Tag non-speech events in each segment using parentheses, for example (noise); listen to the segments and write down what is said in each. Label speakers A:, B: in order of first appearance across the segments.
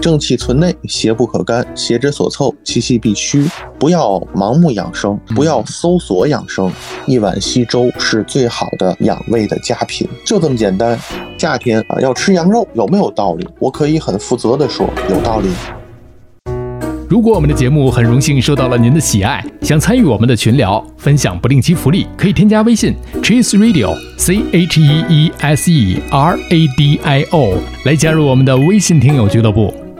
A: 正气存内，邪不可干，邪之所凑，其气必虚。不要盲目养生，不要搜索养生，一碗稀粥是最好的养胃的佳品，就这么简单。夏天啊，要吃羊肉有没有道理？我可以很负责的说，有道理。
B: 如果我们的节目很荣幸受到了您的喜爱，想参与我们的群聊，分享不定期福利，可以添加微信 Cheese Radio C H E E S E R A D I O 来加入我们的微信听友俱乐部。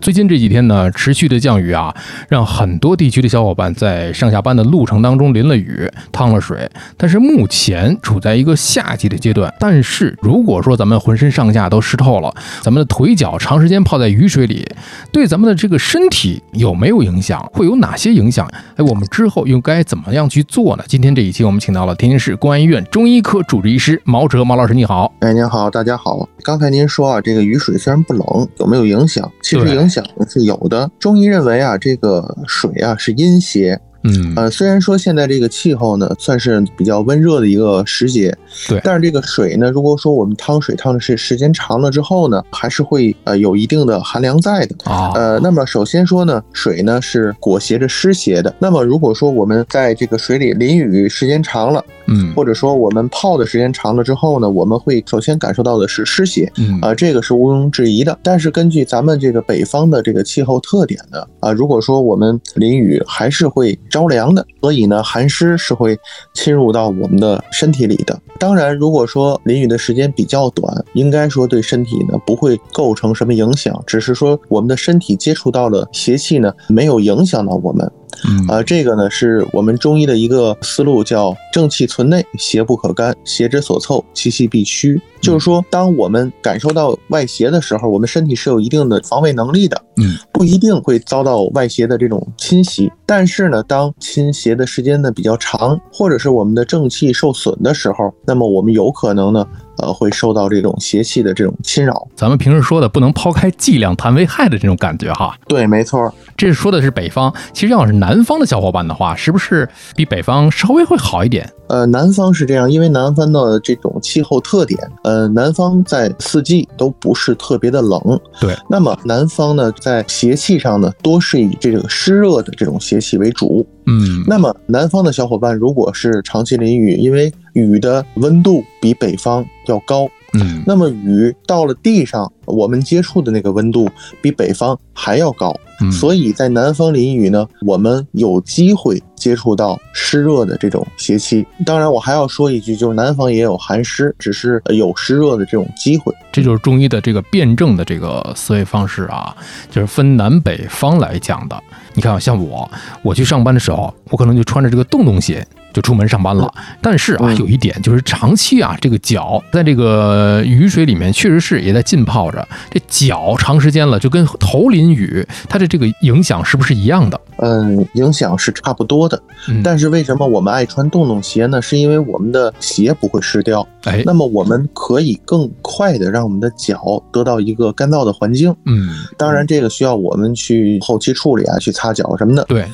B: 最近这几天呢，持续的降雨啊，让很多地区的小伙伴在上下班的路程当中淋了雨、趟了水。但是目前处在一个夏季的阶段，但是如果说咱们浑身上下都湿透了，咱们的腿脚长时间泡在雨水里，对咱们的这个身体有没有影响？会有哪些影响？哎，我们之后又该怎么样去做呢？今天这一期我们请到了天津市公安医院中医科主治医师毛哲毛老师，你好。
A: 哎，您好，大家好。刚才您说啊，这个雨水虽然不冷，有没有影响？其实
B: 对
A: 影响是有的。中医认为啊，这个水啊是阴邪。
B: 嗯，
A: 呃，虽然说现在这个气候呢，算是比较温热的一个时节，
B: 对
A: 但是这个水呢，如果说我们汤水烫的是时间长了之后呢，还是会呃有一定的寒凉在的。
B: 啊，
A: 呃，那么首先说呢，水呢是裹挟着湿邪的。那么如果说我们在这个水里淋雨时间长了，
B: 嗯，
A: 或者说我们泡的时间长了之后呢，我们会首先感受到的是湿邪，
B: 嗯
A: 啊、这个是毋庸置疑的。但是根据咱们这个北方的这个气候特点呢，啊、如果说我们淋雨还是会着凉的，所以呢，寒湿是会侵入到我们的身体里的。当然，如果说淋雨的时间比较短，应该说对身体呢不会构成什么影响，只是说我们的身体接触到了邪气呢，没有影响到我们。
B: 嗯
A: 啊，这个呢是我们中医的一个思路，叫正气存内，邪不可干，邪之所凑，其气必
B: 嗯
A: 虚。就是说，当我们感受到外邪的时候，我们身体是有一定的防卫能力的，
B: 嗯，
A: 不一定会遭到外邪的这种侵袭。但是呢，当侵袭的时间呢比较长，或者是我们的正气受损的时候，那么我们有可能呢，呃，会受到这种邪气的这种侵扰。
B: 咱们平时说的不能抛开剂量谈危害的这种感觉哈。
A: 对，没错儿。
B: 这说的是北方，其实要是南方的小伙伴的话，是不是比北方稍微会好一点？
A: 呃，南方是这样，因为南方的这种气候特点，呃，南方在四季都不是特别的冷。
B: 对，
A: 那么南方呢，在邪气上呢，多是以这个湿热的这种邪气为主。
B: 嗯，
A: 那么南方的小伙伴，如果是长期淋雨，因为雨的温度比北方要高，
B: 嗯
A: 那么雨到了地上，我们接触的那个温度比北方还要高。
B: 嗯，
A: 所以在南方淋雨呢，我们有机会接触到湿热的这种邪气。当然，我还要说一句，就是南方也有寒湿，只是呃有湿热的这种机会。
B: 这就是中医的这个辩证的这个思维方式啊，就是分南北方来讲的。你看啊，像我，我去上班的时候，我可能就穿着这个洞洞鞋就出门上班了。但是啊，
A: 嗯
B: 有一点就是长期啊，这个脚在这个雨水里面确实是也在浸泡着，这脚长时间了就跟头淋雨，它的这个影响是不是一样的？
A: 嗯，影响是差不多的。
B: 嗯，
A: 但是为什么我们爱穿洞洞鞋呢？是因为我们的鞋不会湿掉，
B: 哎，
A: 那么我们可以更快的让我们的脚得到一个干燥的环境。
B: 嗯，
A: 当然，这个需要我们去后期处理啊，去擦脚什么的。
B: 对，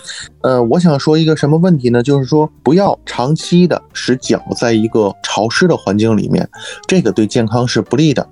A: 呃，我想说一个什么问题呢？就是说，不要长期的使脚在一个潮湿的环境里面，这个对健康是不利的。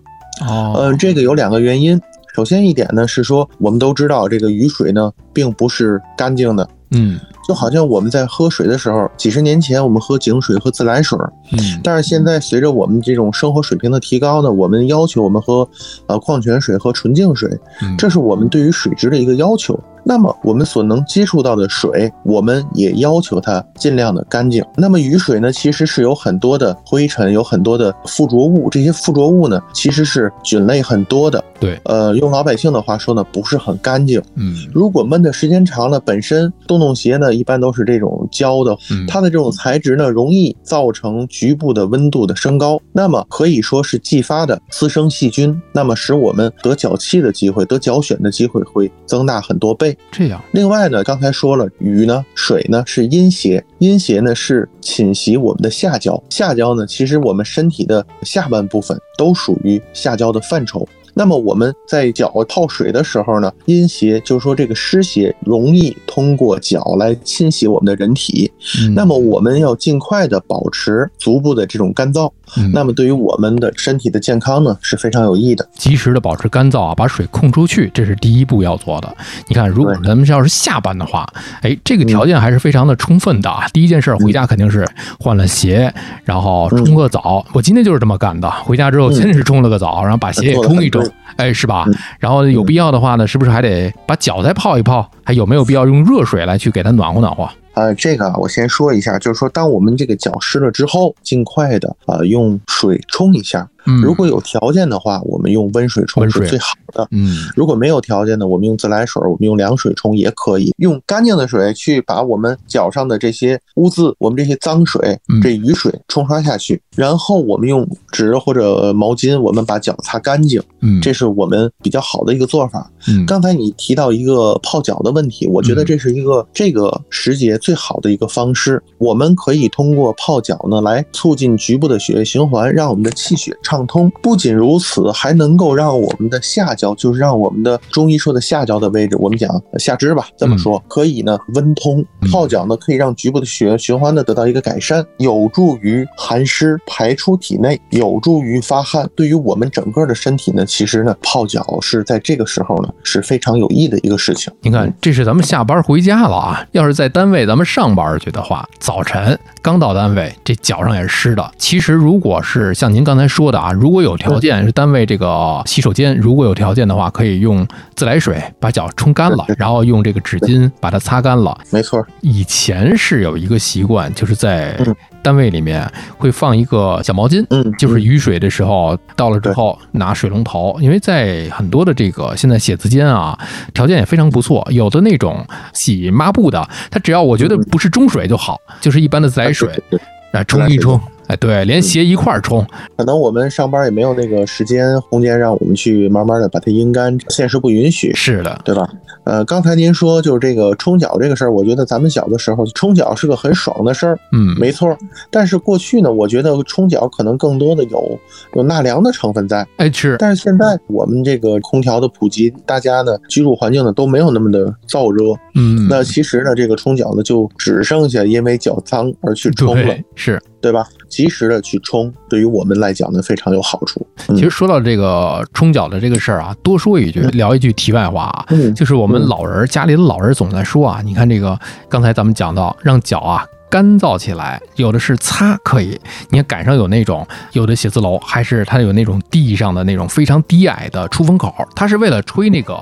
B: 哦，
A: 嗯、这个有两个原因。首先一点呢是说，我们都知道这个雨水呢并不是干净的，
B: 嗯
A: 就好像我们在喝水的时候，几十年前我们喝井水、喝自来水，
B: 嗯
A: 但是现在随着我们这种生活水平的提高呢，我们要求我们喝呃矿泉水和纯净水，
B: 嗯
A: 这是我们对于水质的一个要求。那么我们所能接触到的水，我们也要求它尽量的干净。那么雨水呢，其实是有很多的灰尘，有很多的附着物，这些附着物呢，其实是菌类很多的。
B: 对，
A: 呃，用老百姓的话说呢，不是很干净。
B: 嗯
A: 如果闷的时间长了，本身洞洞鞋呢一般都是这种胶的，
B: 嗯，
A: 它的这种材质呢容易造成局部的温度的升高，那么可以说是继发的滋生细菌，那么使我们得脚气的机会、得脚癣的机会会增大很多倍。
B: 这样，
A: 另外呢，刚才说了，雨呢、水呢是阴邪，阴邪呢是侵袭我们的下焦，下焦呢其实我们身体的下半部分都属于下焦的范畴。那么我们在脚泡水的时候呢，阴邪就是说这个湿邪容易通过脚来侵袭我们的人体，
B: 嗯
A: 那么我们要尽快的保持足部的这种干燥，
B: 嗯
A: 那么对于我们的身体的健康呢是非常有益的。
B: 及时的保持干燥啊，把水控出去，这是第一步要做的。你看，如果
A: 对
B: 咱们要是下班的话，哎，这个条件还是非常的充分的啊。
A: 嗯
B: 第一件事儿回家肯定是换了鞋，然后冲个澡。我今天就是这么干的，回家之后
A: 嗯
B: 真是冲了个澡，然后把鞋也
A: 做得
B: 冲一
A: 很
B: 冲
A: 对，
B: 哎，是吧
A: 嗯？
B: 然后有必要的话呢，是不是还得把脚再泡一泡？还有没有必要用热水来去给它暖和暖和？
A: 呃，这个啊，我先说一下，就是说，当我们这个脚湿了之后，尽快的啊、呃用水冲一下。
B: 嗯，
A: 如果有条件的话，我们用温水冲
B: 温
A: 是
B: 水
A: 最好的。
B: 嗯
A: 如果没有条件呢，我们用自来水，我们用凉水冲也可以。用干净的水去把我们脚上的这些污渍、我们这些脏水
B: 嗯、
A: 这雨水冲刷下去，然后我们用纸或者呃毛巾，我们把脚擦干净，
B: 嗯，
A: 这是我们比较好的一个做法。
B: 嗯
A: 刚才你提到一个泡脚的问题，我觉得这是一个这个时节最好的一个方式。我们可以通过泡脚呢，来促进局部的血液循环，让我们的气血畅通。不仅如此，还能够让我们的下焦，就是让我们的中医说的下焦的位置，我们讲下肢吧，这么说，可以呢温通。
B: 嗯
A: 泡脚呢，可以让局部的血液循环呢得到一个改善，有助于寒湿排出体内，有助于发汗。对于我们整个的身体呢，其实呢，泡脚是在这个时候呢是非常有益的一个事情。嗯
B: 你看，这是咱们下班回家了啊。要是在单位咱们上班去的话，早晨刚到单位，这脚上也是湿的。其实如果是像您刚才说的啊，如果有条件是单位这个洗手间，如果有条件的话，可以用自来水把脚冲干了 (laughs)
A: 对，
B: 然后用这个纸巾把它擦干了。
A: 没错，
B: 以前是有一个习惯，就是在
A: 嗯
B: 单位里面会放一个小毛巾，
A: 嗯，
B: 就是雨水的时候到了之后拿水龙头，因为在很多的这个现在写字间啊，条件也非常不错，有的那种洗抹布的，它只要我觉得不是中水就好，就是一般的自来水
A: 对，对对
B: 啊冲一冲，哎对，连鞋一块儿冲，
A: 可能我们上班也没有那个时间空间，让我们去慢慢的把它阴干，现实不允许。
B: 是的，
A: 对吧？呃，刚才您说就是这个冲脚这个事儿，我觉得咱们小的时候冲脚是个很爽的事儿，
B: 嗯，
A: 没错，但是过去呢，我觉得冲脚可能更多的有有纳凉的成分在，
B: 哎是，
A: 但是现在我们这个空调的普及，大家呢居住环境呢都没有那么的燥热，
B: 嗯，
A: 那其实呢这个冲脚呢就只剩下因为脚脏而去冲了，嗯
B: 对是。
A: 对吧？及时的去冲，对于我们来讲呢非常有好处。嗯
B: 其实说到这个冲脚的这个事儿啊，多说一句，聊一句题外话啊，
A: 嗯，
B: 就是我们老人儿家里的老人儿总在说啊，你看这个刚才咱们讲到，让脚啊干燥起来，有的是擦可以，你看赶上有那种有的写字楼还是它有那种地上的那种非常低矮的出风口，它是为了吹那个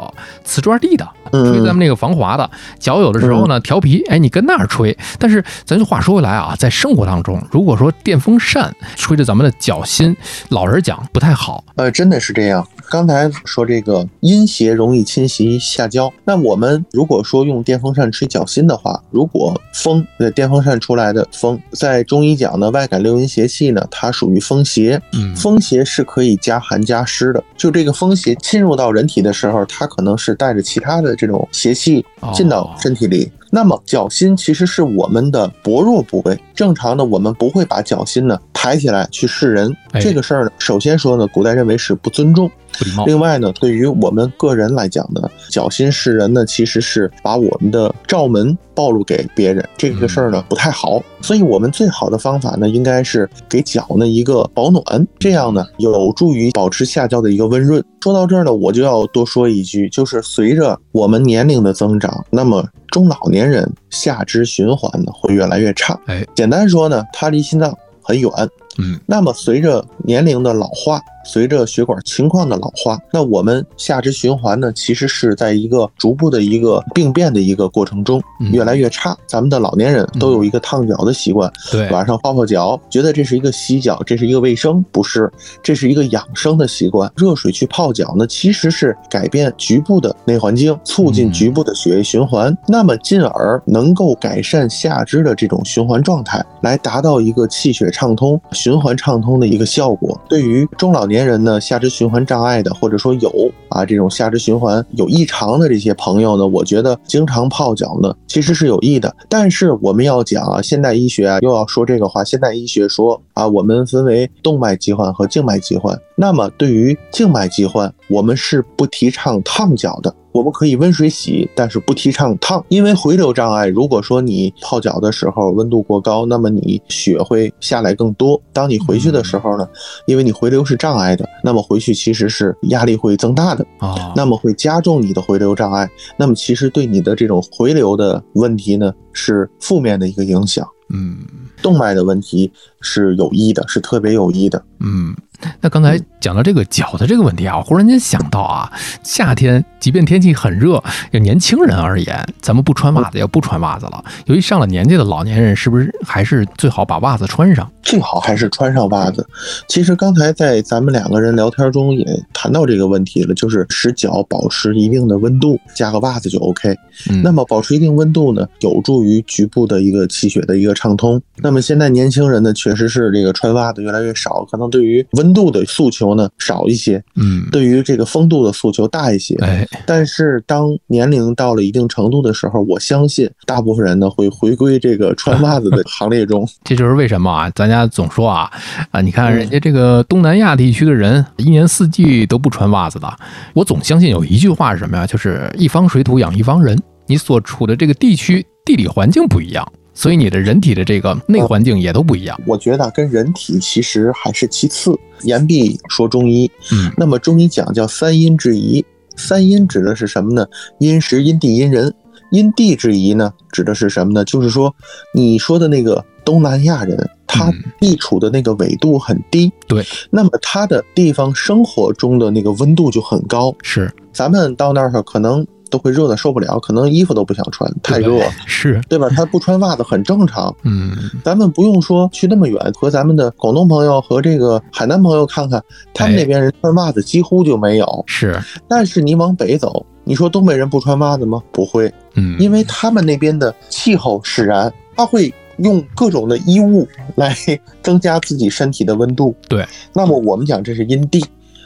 B: 瓷砖地的，
A: 嗯
B: 吹嗯咱们那个防滑的。脚有的时候呢调皮，哎，你跟那儿吹。但是咱就话说回来啊，在生活当中，如果说电风扇吹着咱们的脚心，老人儿讲不太好。
A: 呃，真的是这样。刚才说这个阴邪容易侵袭下焦，那我们如果说用电风扇吹脚心的话，如果风呃电风扇出来的风，在中医讲呢，外感六阴邪气呢，它属于风邪，
B: 嗯
A: 风邪是可以加寒加湿的。就这个风邪侵入到人体的时候，它可能是带着其他的这种邪气
B: 哦
A: 进到身体里。那么脚心其实是我们的薄弱部位，正常的我们不会把脚心呢抬起来去示人
B: 哎。
A: 这个事儿呢，首先说呢，古代认为是不尊重。
B: 不礼貌。
A: 另外呢，对于我们个人来讲呢，侥幸示人呢，其实是把我们的罩门暴露给别人，这个事儿呢不太好。所以我们最好的方法呢，应该是给脚呢一个保暖，这样呢有助于保持下焦的一个温润。说到这儿呢，我就要多说一句，就是随着我们年龄的增长，那么中老年人下肢循环呢会越来越差。
B: 哎，
A: 简单说呢，它离心脏很远，
B: 嗯，
A: 那么随着年龄的老化，随着血管情况的老化，那我们下肢循环呢，其实是在一个逐步的一个病变的一个过程中
B: 嗯
A: 越来越差。咱们的老年人都有一个烫脚的习惯，
B: 对，
A: 晚上泡泡脚，觉得这是一个洗脚，这是一个卫生，不是，这是一个养生的习惯。热水去泡脚呢，其实是改变局部的内环境，促进局部的血液循环，那么进而能够改善下肢的这种循环状态，来达到一个气血畅通、循环畅通的一个效果。对于中老年人呢，下肢循环障碍的，或者说有啊这种下肢循环有异常的这些朋友呢，我觉得经常泡脚呢其实是有益的。但是我们要讲啊，现代医学啊又要说这个话，现代医学说啊，我们分为动脉疾患和静脉疾患。那么对于静脉疾患，我们是不提倡烫脚的。我们可以温水洗，但是不提倡烫，因为回流障碍，如果说你泡脚的时候温度过高，那么你血会下来更多。当你回去的时候呢，因为你回流是障碍的，那么回去其实是压力会增大的，
B: 啊，
A: 那么会加重你的回流障碍，那么其实对你的这种回流的问题呢是负面的一个影响，
B: 嗯
A: 动脉的问题是有益的，是特别有益的。
B: 嗯，那刚才讲到这个脚的这个问题啊，我忽然间想到啊，夏天即便天气很热，有年轻人而言，咱们不穿袜子也不穿袜子了。由于上了年纪的老年人，是不是还是最好把袜子穿上？
A: 最好还是穿上袜子。其实刚才在咱们两个人聊天中也谈到这个问题了，就是使脚保持一定的温度，加个袜子就 OK。
B: 嗯，
A: 那么保持一定温度呢，有助于局部的一个气血的一个畅通。那么现在年轻人呢，确实是这个穿袜子越来越少，可能对于温度的诉求呢少一些，
B: 嗯，
A: 对于这个风度的诉求大一些。
B: 哎，
A: 但是当年龄到了一定程度的时候，我相信大部分人呢会回归这个穿袜子的行列中。
B: 这就是为什么啊，咱家总说啊啊，你看
A: 嗯
B: 人家这个东南亚地区的人，一年四季都不穿袜子的。我总相信有一句话是什么呀？就是一方水土养一方人，你所处的这个地区地理环境不一样，所以你的人体的这个
A: 哦
B: 内环境也都不一样。
A: 我觉得啊跟人体其实还是其次。言必说中医，
B: 嗯
A: 那么中医讲叫三阴治宜，三阴指的是什么呢？阴时、阴地、阴人。阴地制宜呢，指的是什么呢？就是说你说的那个东南亚人，他
B: 嗯
A: 地处的那个纬度很低，
B: 对，
A: 那么他的地方生活中的那个温度就很高。
B: 是
A: 咱们到那儿可能都会热的受不了，可能衣服都不想穿，太热了，
B: 是，
A: 对吧？他不穿袜子很正常。
B: 嗯，
A: 咱们不用说去那么远，和咱们的广东朋友和这个海南朋友看看，他们
B: 哎
A: 那边人穿袜子几乎就没有。
B: 是，
A: 但是你往北走，你说东北人不穿袜子吗？不会，
B: 嗯，
A: 因为他们那边的气候使然，他会用各种的衣物来 (laughs) 增加自己身体的温度。
B: 对，
A: 那么我们讲这是阴地，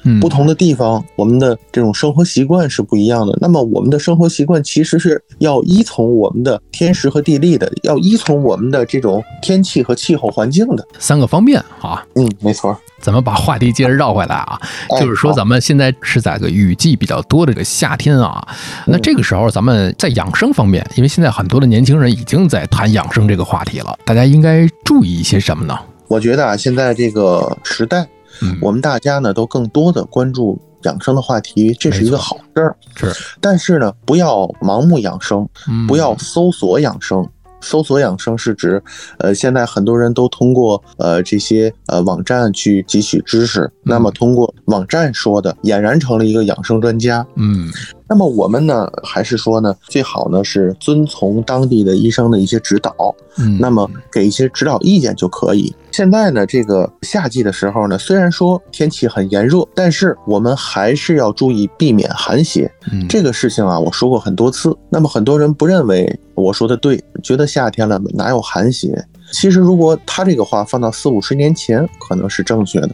B: 嗯
A: 不同的地方，我们的这种生活习惯是不一样的。那么我们的生活习惯其实是要依从我们的天时和地利的，要依从我们的这种天气和气候环境的。
B: 三个方面啊，
A: 嗯，没错。
B: 咱们把话题接着绕回来啊，
A: 哎
B: 就是说
A: 好
B: 咱们现在是在个雨季比较多的这个夏天啊，那
A: 嗯
B: 这个时候咱们在养生方面，因为现在很多的年轻人已经在谈养生这个话题了，大家应该注意一些什么呢？
A: 我觉得啊，现在这个时代，
B: 嗯，
A: 我们大家呢都更多的关注养生的话题，这是一
B: 没
A: 个
B: 错
A: 好事儿。
B: 是
A: 但是呢，不要盲目养生，
B: 嗯
A: 不要搜索养生。搜索养生是指，呃，现在很多人都通过呃这些呃网站去汲取知
B: 嗯
A: 识，那么通过网站说的，俨然成了一个养生专家。
B: 嗯
A: 那么我们呢，还是说呢，最好呢是遵从当地的医生的一些指导，
B: 嗯，
A: 那么给一些指导意见就可以。现在呢，这个夏季的时候呢，虽然说天气很炎热，但是我们还是要注意避免寒邪。
B: 嗯
A: 这个事情啊，我说过很多次。那么很多人不认为我说的对，觉得夏天了哪有寒邪？其实如果他这个话放到四五十年前，可能是正确的。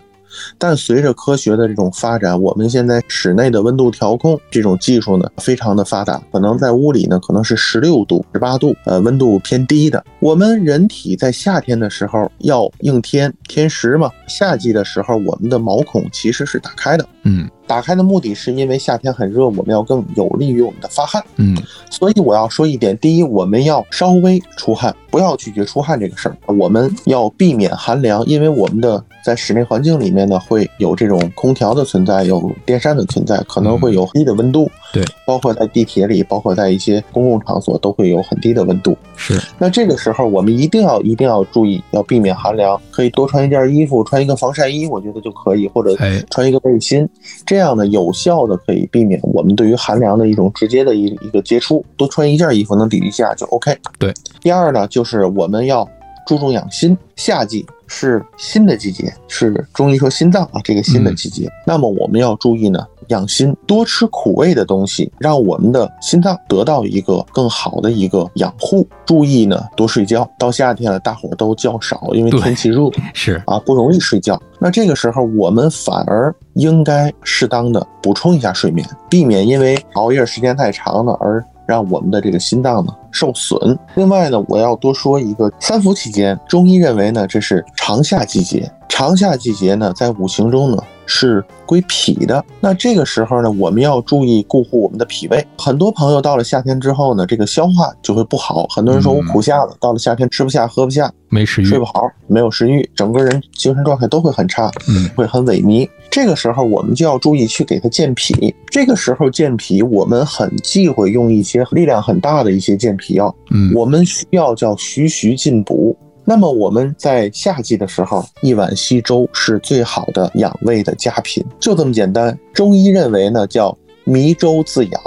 A: 但随着科学的这种发展，我们现在室内的温度调控这种技术呢，非常的发达。可能在屋里呢，可能是十六度、十八度，呃，温度偏低的。我们人体在夏天的时候要应天天时嘛，夏季的时候我们的毛孔其实是打开的，
B: 嗯
A: 打开的目的是因为夏天很热，我们要更有利于我们的发汗。
B: 嗯
A: 所以我要说一点，第一，我们要稍微出汗，不要拒绝出汗这个事儿。我们要避免寒凉，因为我们的在室内环境里面呢，会有这种空调的存在，有电扇的存在，可能会有低的温度。
B: 对，
A: 包括在地铁里，包括在一些公共场所，都会有很低的温度。
B: 是，
A: 那这个时候，我们一定要一定要注意，要避免寒凉，可以多穿一件衣服，穿一个防晒衣，我觉得就可以，或者
B: 哎
A: 穿一个背心，这样呢，有效的可以避免我们对于寒凉的一种直接的一一个接触。多穿一件衣服能抵御下就 OK。
B: 对，
A: 第二呢，就是我们要注重养心，夏季。是新的季节，是中医说心脏啊，这个新的季节。那么我们要注意呢，养心，多吃苦味的东西，让我们的心脏得到一个更好的一个养护。注意呢，多睡觉。到夏天了，大伙儿都较少，因为
B: 对
A: 天气热。
B: 是，
A: 啊，不容易睡觉。那这个时候，我们反而应该适当的补充一下睡眠，避免因为熬夜时间太长了而让我们的这个心脏呢受损。另外呢，我要多说一个，三伏期间，中医认为呢这是长夏季节，长夏季节呢在五行中呢是归脾的。那这个时候呢，我们要注意顾护我们的脾胃。很多朋友到了夏天之后呢，这个消化就会不好，很多人说我
B: 嗯
A: 苦夏了，到了夏天吃不下喝不下，
B: 没食欲
A: 睡，不好，没有食欲，整个人精神状态都会很差，
B: 嗯
A: 会很萎靡。这个时候我们就要注意去给它健脾。这个时候健脾，我们很忌讳用一些力量很大的一些健脾药，
B: 嗯，
A: 我们需要叫徐徐进补。那么我们在夏季的时候，一碗稀粥是最好的养胃的佳品，就这么简单。中医认为呢，叫迷粥自养，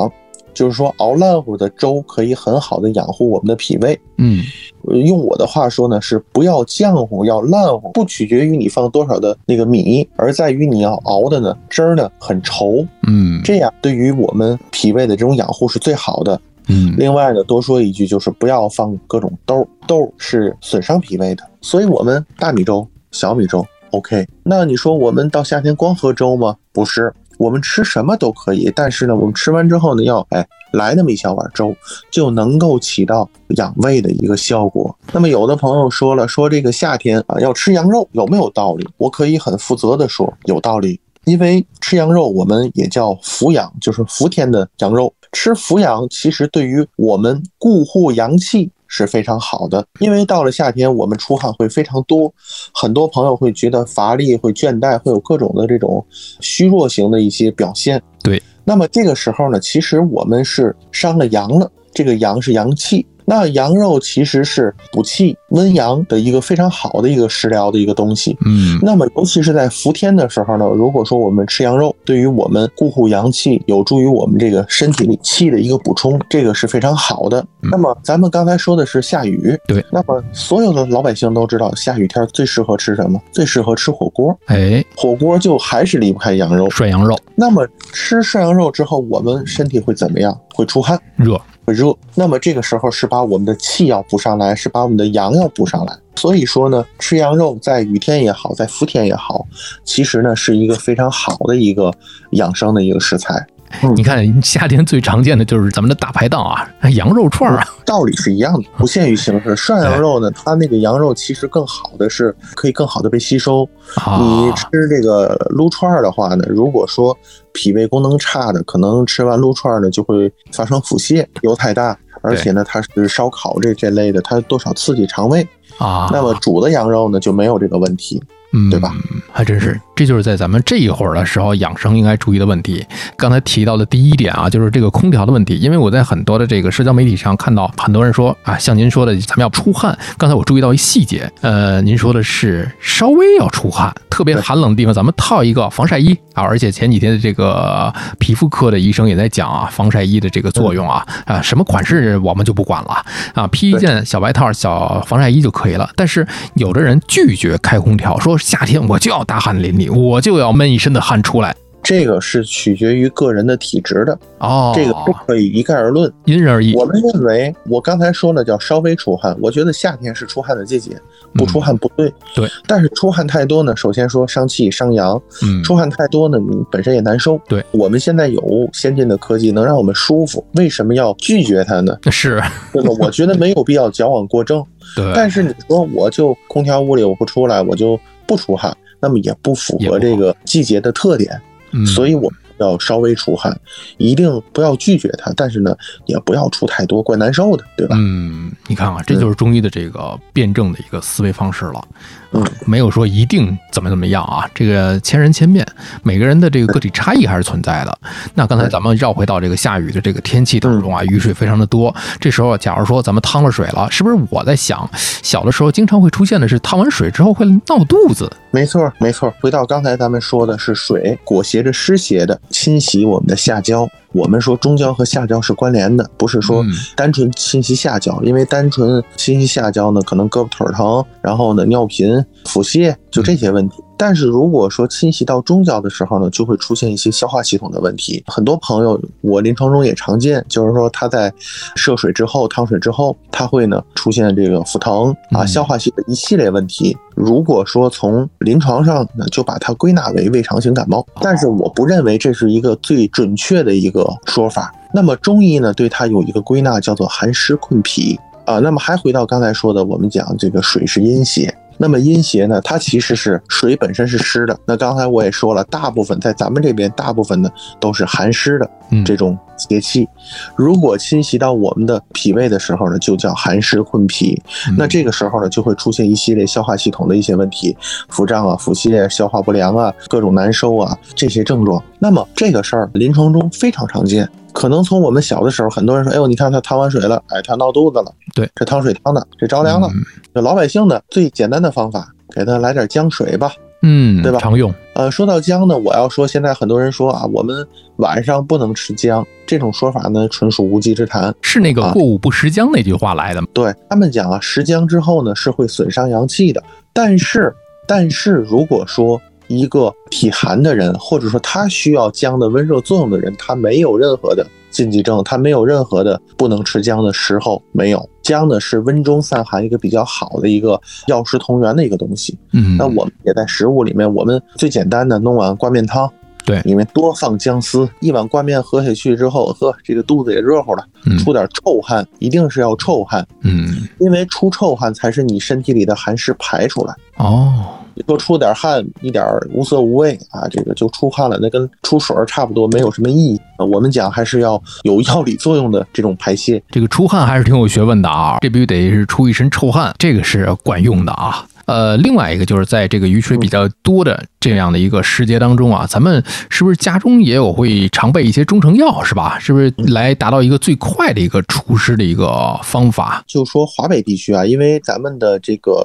A: 就是说熬烂糊的粥可以很好的养护我们的脾胃。
B: 嗯
A: 呃用我的话说呢，是不要浆糊，要烂糊，不取决于你放多少的那个米，而在于你要熬的呢汁儿呢很稠，
B: 嗯
A: 这样对于我们脾胃的这种养护是最好的。
B: 嗯
A: 另外呢，多说一句，就是不要放各种豆儿，豆儿是损伤脾胃的。所以我们大米粥、小米粥 OK。那你说我们到夏天光喝粥吗？不是，我们吃什么都可以，但是呢，我们吃完之后呢，要哎来那么一小碗粥，就能够起到养胃的一个效果。那么有的朋友说了，说这个夏天啊要吃羊肉，有没有道理？我可以很负责的说，有道理。因为吃羊肉，我们也叫伏羊，就是伏天的羊肉。吃伏羊其实对于我们固护阳气是非常好的，因为到了夏天，我们出汗会非常多，很多朋友会觉得乏力、会倦怠，会有各种的这种虚弱型的一些表现。
B: 对，
A: 那么这个时候呢，其实我们是伤了阳了，这个阳是阳气。那羊肉其实是补气温阳的一个非常好的一个食疗的一个东西。
B: 嗯
A: 那么，尤其是在伏天的时候呢，如果说我们吃羊肉，对于我们固护阳气，有助于我们这个身体里气的一个补充，这个是非常好的。
B: 嗯
A: 那么，咱们刚才说的是下雨，
B: 对。
A: 那么，所有的老百姓都知道，下雨天最适合吃什么？最适合吃火锅。
B: 哎，
A: 火锅就还是离不开羊肉。
B: 涮羊肉
A: 那么，吃涮羊肉之后，我们身体会怎么样？会出汗。
B: 热，
A: 会热。那么这个时候是把我们的气要补上来，是把我们的阳要补上来。所以说呢，吃羊肉在雨天也好，在伏天也好，其实呢是一个非常好的一个养生的一个食材，
B: 你看夏天最常见的就是咱们的大排档啊，哎羊肉串儿啊，
A: 道理是一样的，不限于形式。涮羊肉呢，它那个羊肉其实更好的是可以更好的被吸收。你
B: 啊，
A: 吃这个撸串儿的话呢，如果说脾胃功能差的，可能吃完撸串儿呢就会发生腹泻，油太大，而且呢它是烧烤这这类的，它多少刺激肠胃。
B: 啊，
A: 那么煮的羊肉呢就没有这个问题。
B: 嗯，
A: 对吧？
B: 还真是，这就是在咱们这一会儿的时候养生应该注意的问题。刚才提到的第一点啊，就是这个空调的问题，因为我在很多的这个社交媒体上看到很多人说啊，像您说的，咱们要出汗。刚才我注意到一细节，呃，您说的是稍微要出汗，特别
A: 对
B: 寒冷的地方，咱们套一个防晒衣啊。而且前几天的这个皮肤科的医生也在讲啊，防晒衣的这个作用啊，啊，什么款式我们就不管了，啊，披一
A: 对
B: 件小白套、小防晒衣就可以了。但是有的人拒绝开空调，说夏天我就要大汗淋漓，我就要闷一身的汗出来。
A: 这个是取决于个人的体质的，
B: 哦，
A: 这个不可以一概而论。
B: 因人而异。
A: 我们认为，我刚才说了叫稍微出汗，我觉得夏天是出汗的季节，不出汗不对。
B: 嗯对，
A: 但是出汗太多呢，首先说伤气伤阳，
B: 嗯，
A: 出汗太多呢，你本身也难受。
B: 对，
A: 我们现在有先进的科技能让我们舒服，为什么要拒绝它呢？
B: 是
A: 对吧？我觉得没有必要矫枉过正。
B: 对，
A: 但是你说我就空调屋里我不出来，我就不出汗，那么也不符
B: 也不
A: 合
B: 好
A: 这个季节的特点，
B: 嗯
A: 所以我们要稍微出汗，一定不要拒绝它，但是呢，也不要出太多，怪难受的，对吧？
B: 嗯，你看啊，这就是中医的这个辩证的一个思维方式了，啊
A: 嗯，
B: 没有说一定怎么怎么样啊，这个千人千面，每个人的这个个体差异还是存在的。那刚才咱们绕回到这个下雨的这个天气当
A: 嗯
B: 中啊，雨水非常的多，这时候假如说咱们趟了水了，是不是我在想，小的时候经常会出现的是趟完水之后会闹肚子？
A: 没错，没错。回到刚才咱们说的是水裹挟着湿邪的侵袭我们的下焦，我们说中焦和下焦是关联的，不是说
B: 嗯
A: 单纯侵袭下焦，因为单纯侵袭下焦呢，可能胳膊腿儿疼，然后呢尿频、腹泻，就这些问题。但是如果说侵袭到中焦的时候呢，就会出现一些消化系统的问题。很多朋友，我临床中也常见，就是说他在涉水之后、烫水之后，他会呢出现这个腹疼啊、
B: 嗯
A: 消化系的一系列问题。如果说从临床上呢，就把它归纳为胃肠型感冒，但是我不认为这是一个最准确的一个说法。那么中医呢，对它有一个归纳，叫做寒湿困脾啊。那么还回到刚才说的，我们讲这个水是阴邪，那么阴邪呢，它其实是水本身是湿的。那刚才我也说了，大部分在咱们这边，大部分呢都是寒湿的
B: 嗯，
A: 这种邪气，如果侵袭到我们的脾胃的时候呢，就叫寒湿困脾。
B: 嗯
A: 那这个时候呢，就会出现一系列消化系统的一些问题，腹胀啊、腹泻、消化不良啊、各种难受啊这些症状。那么这个事儿临床中非常常见，可能从我们小的时候，很多人说：“哎呦，你看他烫完水了，哎，他闹肚子了，
B: 对，嗯
A: 这烫水烫的，这着凉了。这老百姓的最简单的方法，给他来点姜水吧。
B: 嗯，
A: 对吧
B: 常用，
A: 呃，说到姜呢，我要说，现在很多人说啊，我们晚上不能吃姜，这种说法呢，纯属无稽之谈。
B: 是那个
A: 啊
B: “过午不食姜”那句话来的吗？
A: 对他们讲啊，食姜之后呢是会损伤阳气的，但是但是如果说一个体寒的人，或者说他需要姜的温热作用的人，他没有任何的禁忌症，他没有任何的不能吃姜的时候，没有姜呢是温中散寒一个比较好的一个药食同源的一个东西。
B: 嗯，
A: 那我们也在食物里面，我们最简单的弄碗挂面汤，
B: 对
A: 里面多放姜丝，一碗挂面喝下去之后，呵，这个肚子也热乎了，
B: 嗯
A: 出点臭汗，一定是要臭汗，
B: 嗯
A: 因为出臭汗才是你身体里的寒湿排出来。
B: 哦，
A: 你说出点汗，一点儿无色无味啊，这个就出汗了，那跟出水儿差不多，没有什么意义。呃我们讲还是要有药理作用的这种排泄，
B: 这个出汗还是挺有学问的啊，这必须得是出一身臭汗，这个是管用的啊。呃，另外一个就是在这个雨水比较多的这样的一个时节当中啊，咱们是不是家中也有会常备一些中成药，是吧？是不是来达到一个最快的一个除湿的一个方法？
A: 就说华北地区啊，因为咱们的这个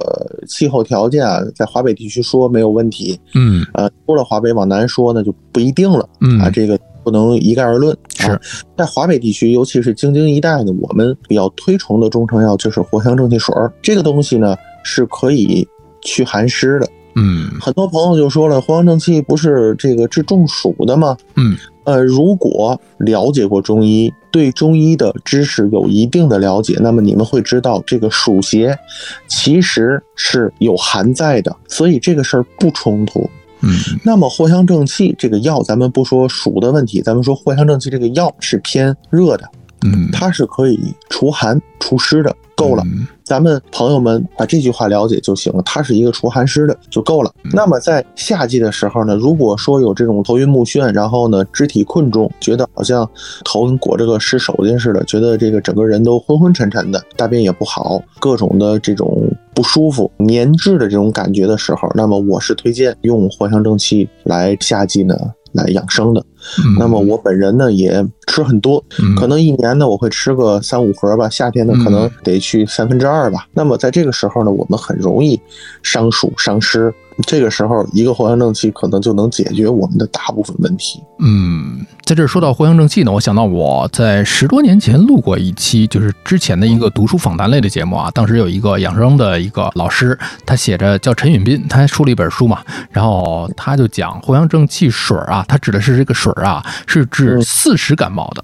A: 气候条件啊，在华北地区说没有问题，
B: 嗯
A: 呃，除了华北往南说呢，就不一定了
B: 嗯
A: 啊，这个不能一概而论。啊
B: 是，
A: 在华北地区，尤其是京津一带呢，我们比较推崇的中成药就是藿香正气水儿。这个东西呢是可以驱寒湿的。
B: 嗯
A: 很多朋友就说了，藿香正气不是这个治中暑的吗？
B: 嗯，
A: 呃，如果了解过中医，对中医的知识有一定的了解，那么你们会知道这个暑邪其实是有寒在的，所以这个事儿不冲突。
B: 嗯
A: 那么藿香正气这个药，咱们不说暑的问题，咱们说藿香正气这个药是偏热的，
B: 嗯，
A: 它是可以除寒除湿的，够了。
B: 嗯
A: 咱们朋友们把这句话了解就行了，它是一个除寒湿的就够了。那么在夏季的时候呢，如果说有这种头晕目眩，然后呢肢体困重，觉得好像头跟裹着个湿手巾似的，觉得这个整个人都昏昏沉沉的，大便也不好，各种的这种不舒服、粘滞的这种感觉的时候，那么我是推荐用藿香正气来夏季呢来养生的。
B: 嗯
A: 那么我本人呢也吃很多，
B: 嗯
A: 可能一年呢我会吃个三五盒吧，夏天呢
B: 嗯
A: 可能得去三分之二吧。那么在这个时候呢，我们很容易伤暑伤湿，这个时候一个藿香正气可能就能解决我们的大部分问题。
B: 嗯，在这儿说到藿香正气呢，我想到我在十多年前录过一期，就是之前的一个读书访谈类的节目啊。当时有一个养生的一个老师，他写着叫陈允斌，他出了一本书嘛，然后他就讲藿香正气水儿啊，他指的是这个水儿啊，是治
A: 嗯
B: 四时感冒的。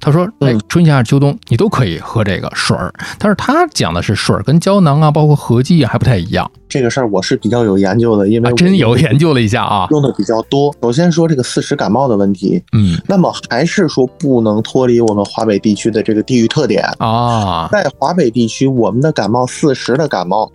B: 他说：“哎
A: 嗯，
B: 春夏秋冬你都可以喝这个水儿，但是他讲的是水儿跟胶囊啊，包括合剂啊还不太一样
A: 这个事儿我是比较有研究的，因为
B: 啊。
A: 我
B: 真有研究了一下啊，
A: 用的比较多。首先说这个四时感冒的问题，
B: 嗯
A: 那么还是说不能脱离我们华北地区的这个地域特点。
B: 啊，
A: 在华北地区，我们的感冒四时的感冒，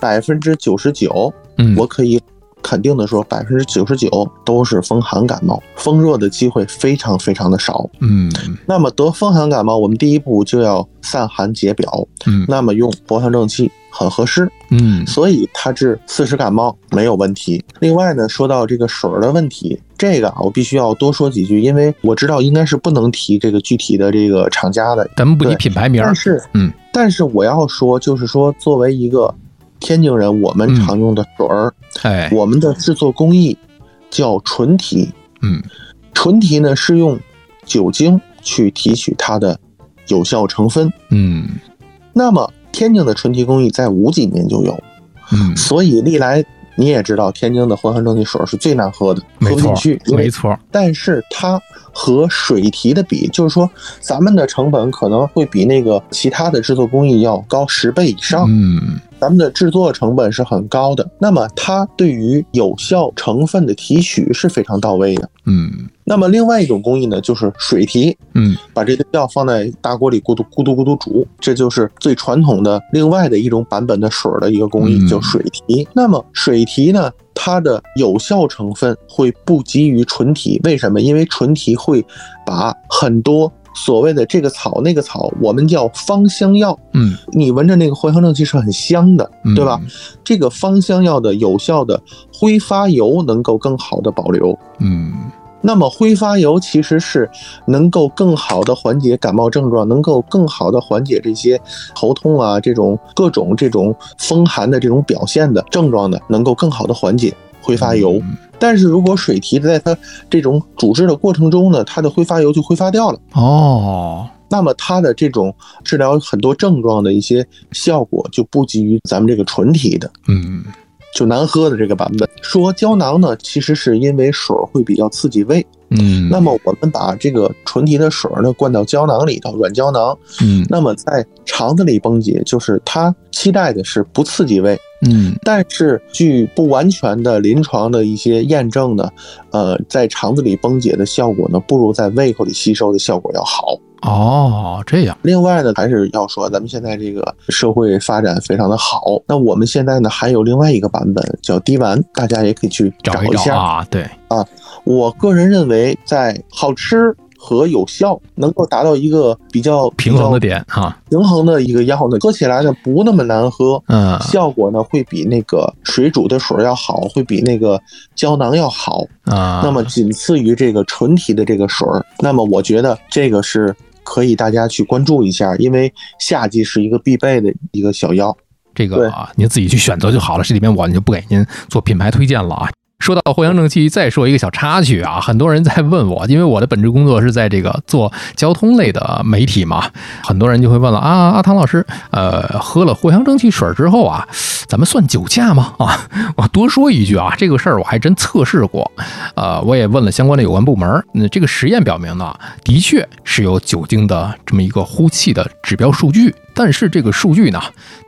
A: 百分之九十九，
B: 嗯，
A: 我可以肯定的说，百分之九十九都是风寒感冒，风热的机会非常非常的少。
B: 嗯
A: 那么得风寒感冒，我们第一步就要散寒解表，
B: 嗯
A: 那么用藿香正气很合适。
B: 嗯
A: 所以它治四时感冒没有问题。另外呢，说到这个水儿的问题，这个啊我必须要多说几句，因为我知道应该是不能提这个具体的这个厂家的，
B: 咱们不提
A: 对
B: 品牌名儿
A: 但，是
B: 嗯，
A: 但是我要说，就是说作为一个天津人，我们
B: 嗯
A: 常用的水儿，
B: 哎，
A: 我们的制作工艺叫纯提，
B: 嗯
A: 纯提呢是用酒精去提取它的有效成分。
B: 嗯
A: 那么天津的纯提工艺在五几年就有。
B: 嗯，
A: 所以历来你也知道，天津的藿香正气水是最难喝的，喝
B: 没
A: 不进
B: 错
A: 去。因为
B: 没错，
A: 但是它和水提的比，就是说咱们的成本可能会比那个其他的制作工艺要高十倍以上，
B: 嗯
A: 咱们的制作成本是很高的。那么它对于有效成分的提取是非常到位的。
B: 嗯
A: 那么另外一种工艺呢，就是水提，
B: 嗯
A: 把这堆料放在大锅里咕嘟咕嘟咕嘟煮，这就是最传统的另外的一种版本的水儿的一个工艺
B: 嗯，
A: 叫水提。那么水提呢，它的有效成分会不及于纯提，为什么？因为纯提会把很多。所谓的这个草那个草，我们叫芳香药。
B: 嗯，
A: 你闻着那个藿香正气是很香的，
B: 嗯
A: 对吧？？这个芳香药的有效的挥发油能够更好的保留，
B: 嗯
A: 那么挥发油其实是能够更好的缓解感冒症状，能够更好的缓解这些头痛啊这种各种这种风寒的这种表现的症状的，能够更好的缓解挥发油。
B: 嗯
A: 但是如果水提在它这种煮制的过程中呢，它的挥发油就挥发掉了。
B: 哦，
A: 那么它的这种治疗很多症状的一些效果就不及于咱们这个纯提的，
B: 嗯
A: 就难喝的这个版本。说胶囊呢，其实是因为水儿会比较刺激胃，
B: 嗯，
A: 那么我们把这个纯提的水儿呢灌到胶囊里头，软胶囊，
B: 嗯
A: 那么在肠子里崩解，就是它期待的是不刺激胃，
B: 嗯
A: 但是据不完全的临床的一些验证呢，呃，在肠子里崩解的效果呢，不如在胃口里吸收的效果要好。
B: 哦，这样，
A: 另外呢，还是要说咱们现在这个社会发展非常的好，那我们现在呢还有另外一个版本叫滴丸，大家也可以去
B: 找
A: 一下
B: 找啊，对，
A: 我个人认为，在好吃和有效能够达到一个比较
B: 平衡的
A: 比
B: 点啊，
A: 较平衡的一个药呢，喝起来呢不那么难喝，
B: 嗯
A: 效果呢会比那个水煮的水儿要好，会比那个胶囊要好，
B: 啊，
A: 那么仅次于这个纯提的这个水儿。那么我觉得这个是。可以大家去关注一下，因为夏季是一个必备的一个小药。
B: 这
A: 对
B: 个啊，您自己去选择就好了。这里面我就不给您做品牌推荐了啊。说到藿香正气，再说一个小插曲啊，很多人在问我，因为我的本职工作是在这个做交通类的媒体嘛，很多人就会问了啊，阿汤老师，呃，喝了藿香正气水之后啊，咱们算酒驾吗？啊， (laughs) 我多说一句啊，这个事儿我还真测试过，呃，我也问了相关的有关部门儿，那这个实验表明呢，的确是有酒精的这么一个呼气的指标数据，但是这个数据呢，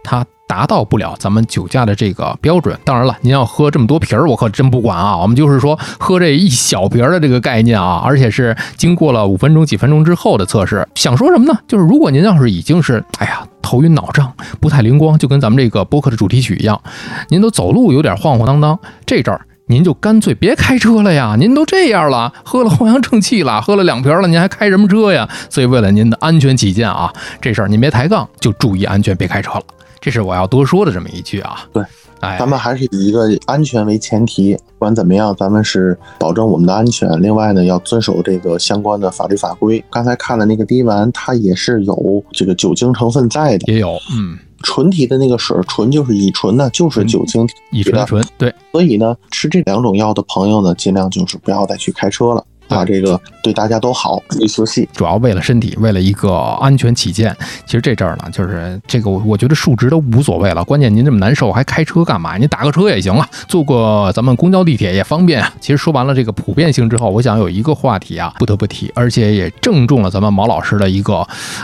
B: 它达到不了咱们酒驾的这个标准。当然了，您要喝这么多瓶儿，我可真不管啊。我们就是说喝这一小瓶儿的这个概念啊，而且是经过了五分钟、几分钟之后的测试。想说什么呢？就是如果您要是已经是哎呀头晕脑胀、不太灵光，就跟咱们这个播客的主题曲一样，您都走路有点晃晃荡荡，这阵儿。您就干脆别开车了呀！您都这样了，喝了藿香正气了，喝了两瓶了，您还开什么车呀？所以为了您的安全起见啊，这事儿您别抬杠，就注意安全，别开车了。这是我要多说的这么一句啊。
A: 对，
B: 哎，
A: 咱们还是以一个安全为前提，不管怎么样，咱们是保证我们的安全。另外呢，要遵守这个相关的法律法规。刚才看的那个滴丸，它也是有这个酒精成分在的。
B: 也有，嗯，
A: 纯提的那个水，纯就是乙醇呢，就是酒精。
B: 乙醇的醇，对，
A: 所以呢，吃这两种药的朋友呢，尽量就是不要再去开车了。啊，这个对大家都好，注意休息。
B: 主要为了身体，为了一个安全起见，其实这阵儿呢，就是这个我我觉得数值都无所谓了，关键您这么难受还开车干嘛？您打个车也行啊，坐个咱们公交地铁也方便啊。其实说完了这个普遍性之后，我想有一个话题啊，不得不提，而且也正中了咱们毛老师的一个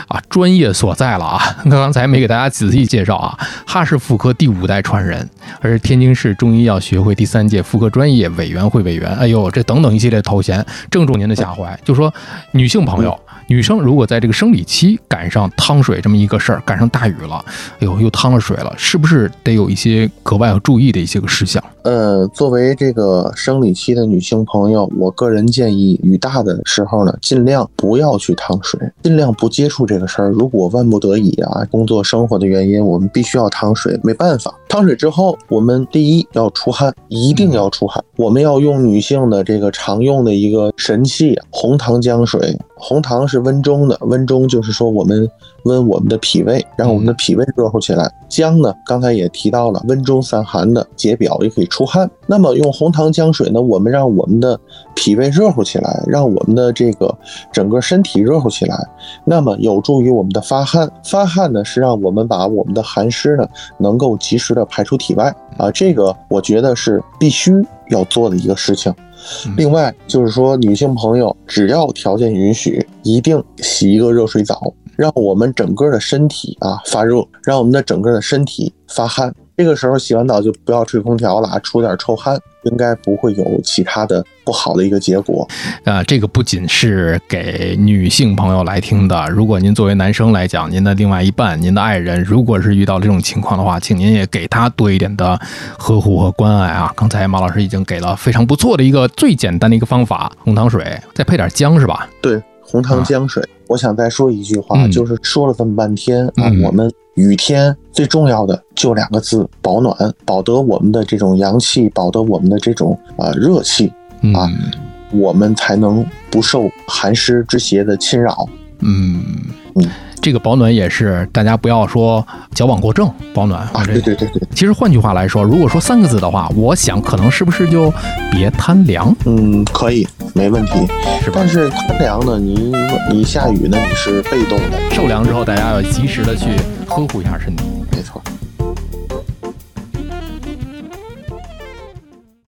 B: 啊专业所在了啊。 (laughs) 刚才没给大家仔细介绍啊，哈氏妇科第五代传人，而是天津市中医药学会第三届妇科专业委员会委员。哎呦，这等等一系列头衔，正中您的下怀。就说女性朋友，女生如果在这个生理期赶上汤水这么一个事儿，赶上大雨了，哎呦，又汤了水了，是不是得有一些格外要注意的一些个事项？
A: 呃，作为这个生理期的女性朋友，我个人建议雨大的时候呢，尽量不要去趟水，尽量不接触这个事儿。如果万不得已啊，工作生活的原因，我们必须要趟水，没办法。趟水之后，我们第一要出汗，一定要出汗。我们要用女性的这个常用的一个神器——红糖姜水。红糖是温中的，温中就是说我们温我们的脾胃，让我们的脾胃热乎起来。姜呢，刚才也提到了，温中散寒的，解表也可以出汗。那么用红糖姜水呢，我们让我们的脾胃热乎起来，让我们的这个整个身体热乎起来，那么有助于我们的发汗。发汗呢，是让我们把我们的寒湿呢，能够及时的排出体外啊。这个我觉得是必须要做的一个事情。另外就是说，女性朋友只要条件允许，一定洗一个热水澡，让我们整个的身体啊发热，让我们的整个的身体发汗。这个时候洗完澡就不要吹空调了，啊，出点臭汗，应该不会有其他的不好的一个结果。
B: 啊，这个不仅是给女性朋友来听的，如果您作为男生来讲，您的另外一半、您的爱人，如果是遇到这种情况的话，请您也给他多一点的呵护和关爱啊。刚才马老师已经给了非常不错的一个最简单的一个方法，红糖水，再配点姜是吧？
A: 对，红糖姜水。我想再说一句话，
B: 啊嗯
A: 就是说了这么半天啊，
B: 嗯
A: 我们雨天最重要的就两个字：保暖，保得我们的这种阳气，保得我们的这种啊、呃热气，
B: 嗯
A: 啊我们才能不受寒湿之邪的侵扰。
B: 嗯
A: 嗯。
B: 这个保暖也是，大家不要说矫枉过正，保暖
A: 啊，
B: 这
A: 对对对对，
B: 其实换句话来说，如果说三个字的话，我想可能是不是就别贪凉，
A: 嗯，可以，没问题。
B: 是吧
A: 但？是贪凉呢，你你下雨呢，你是被动的，
B: 受凉之后，大家要及时的去呵护一下身体。
A: 没错。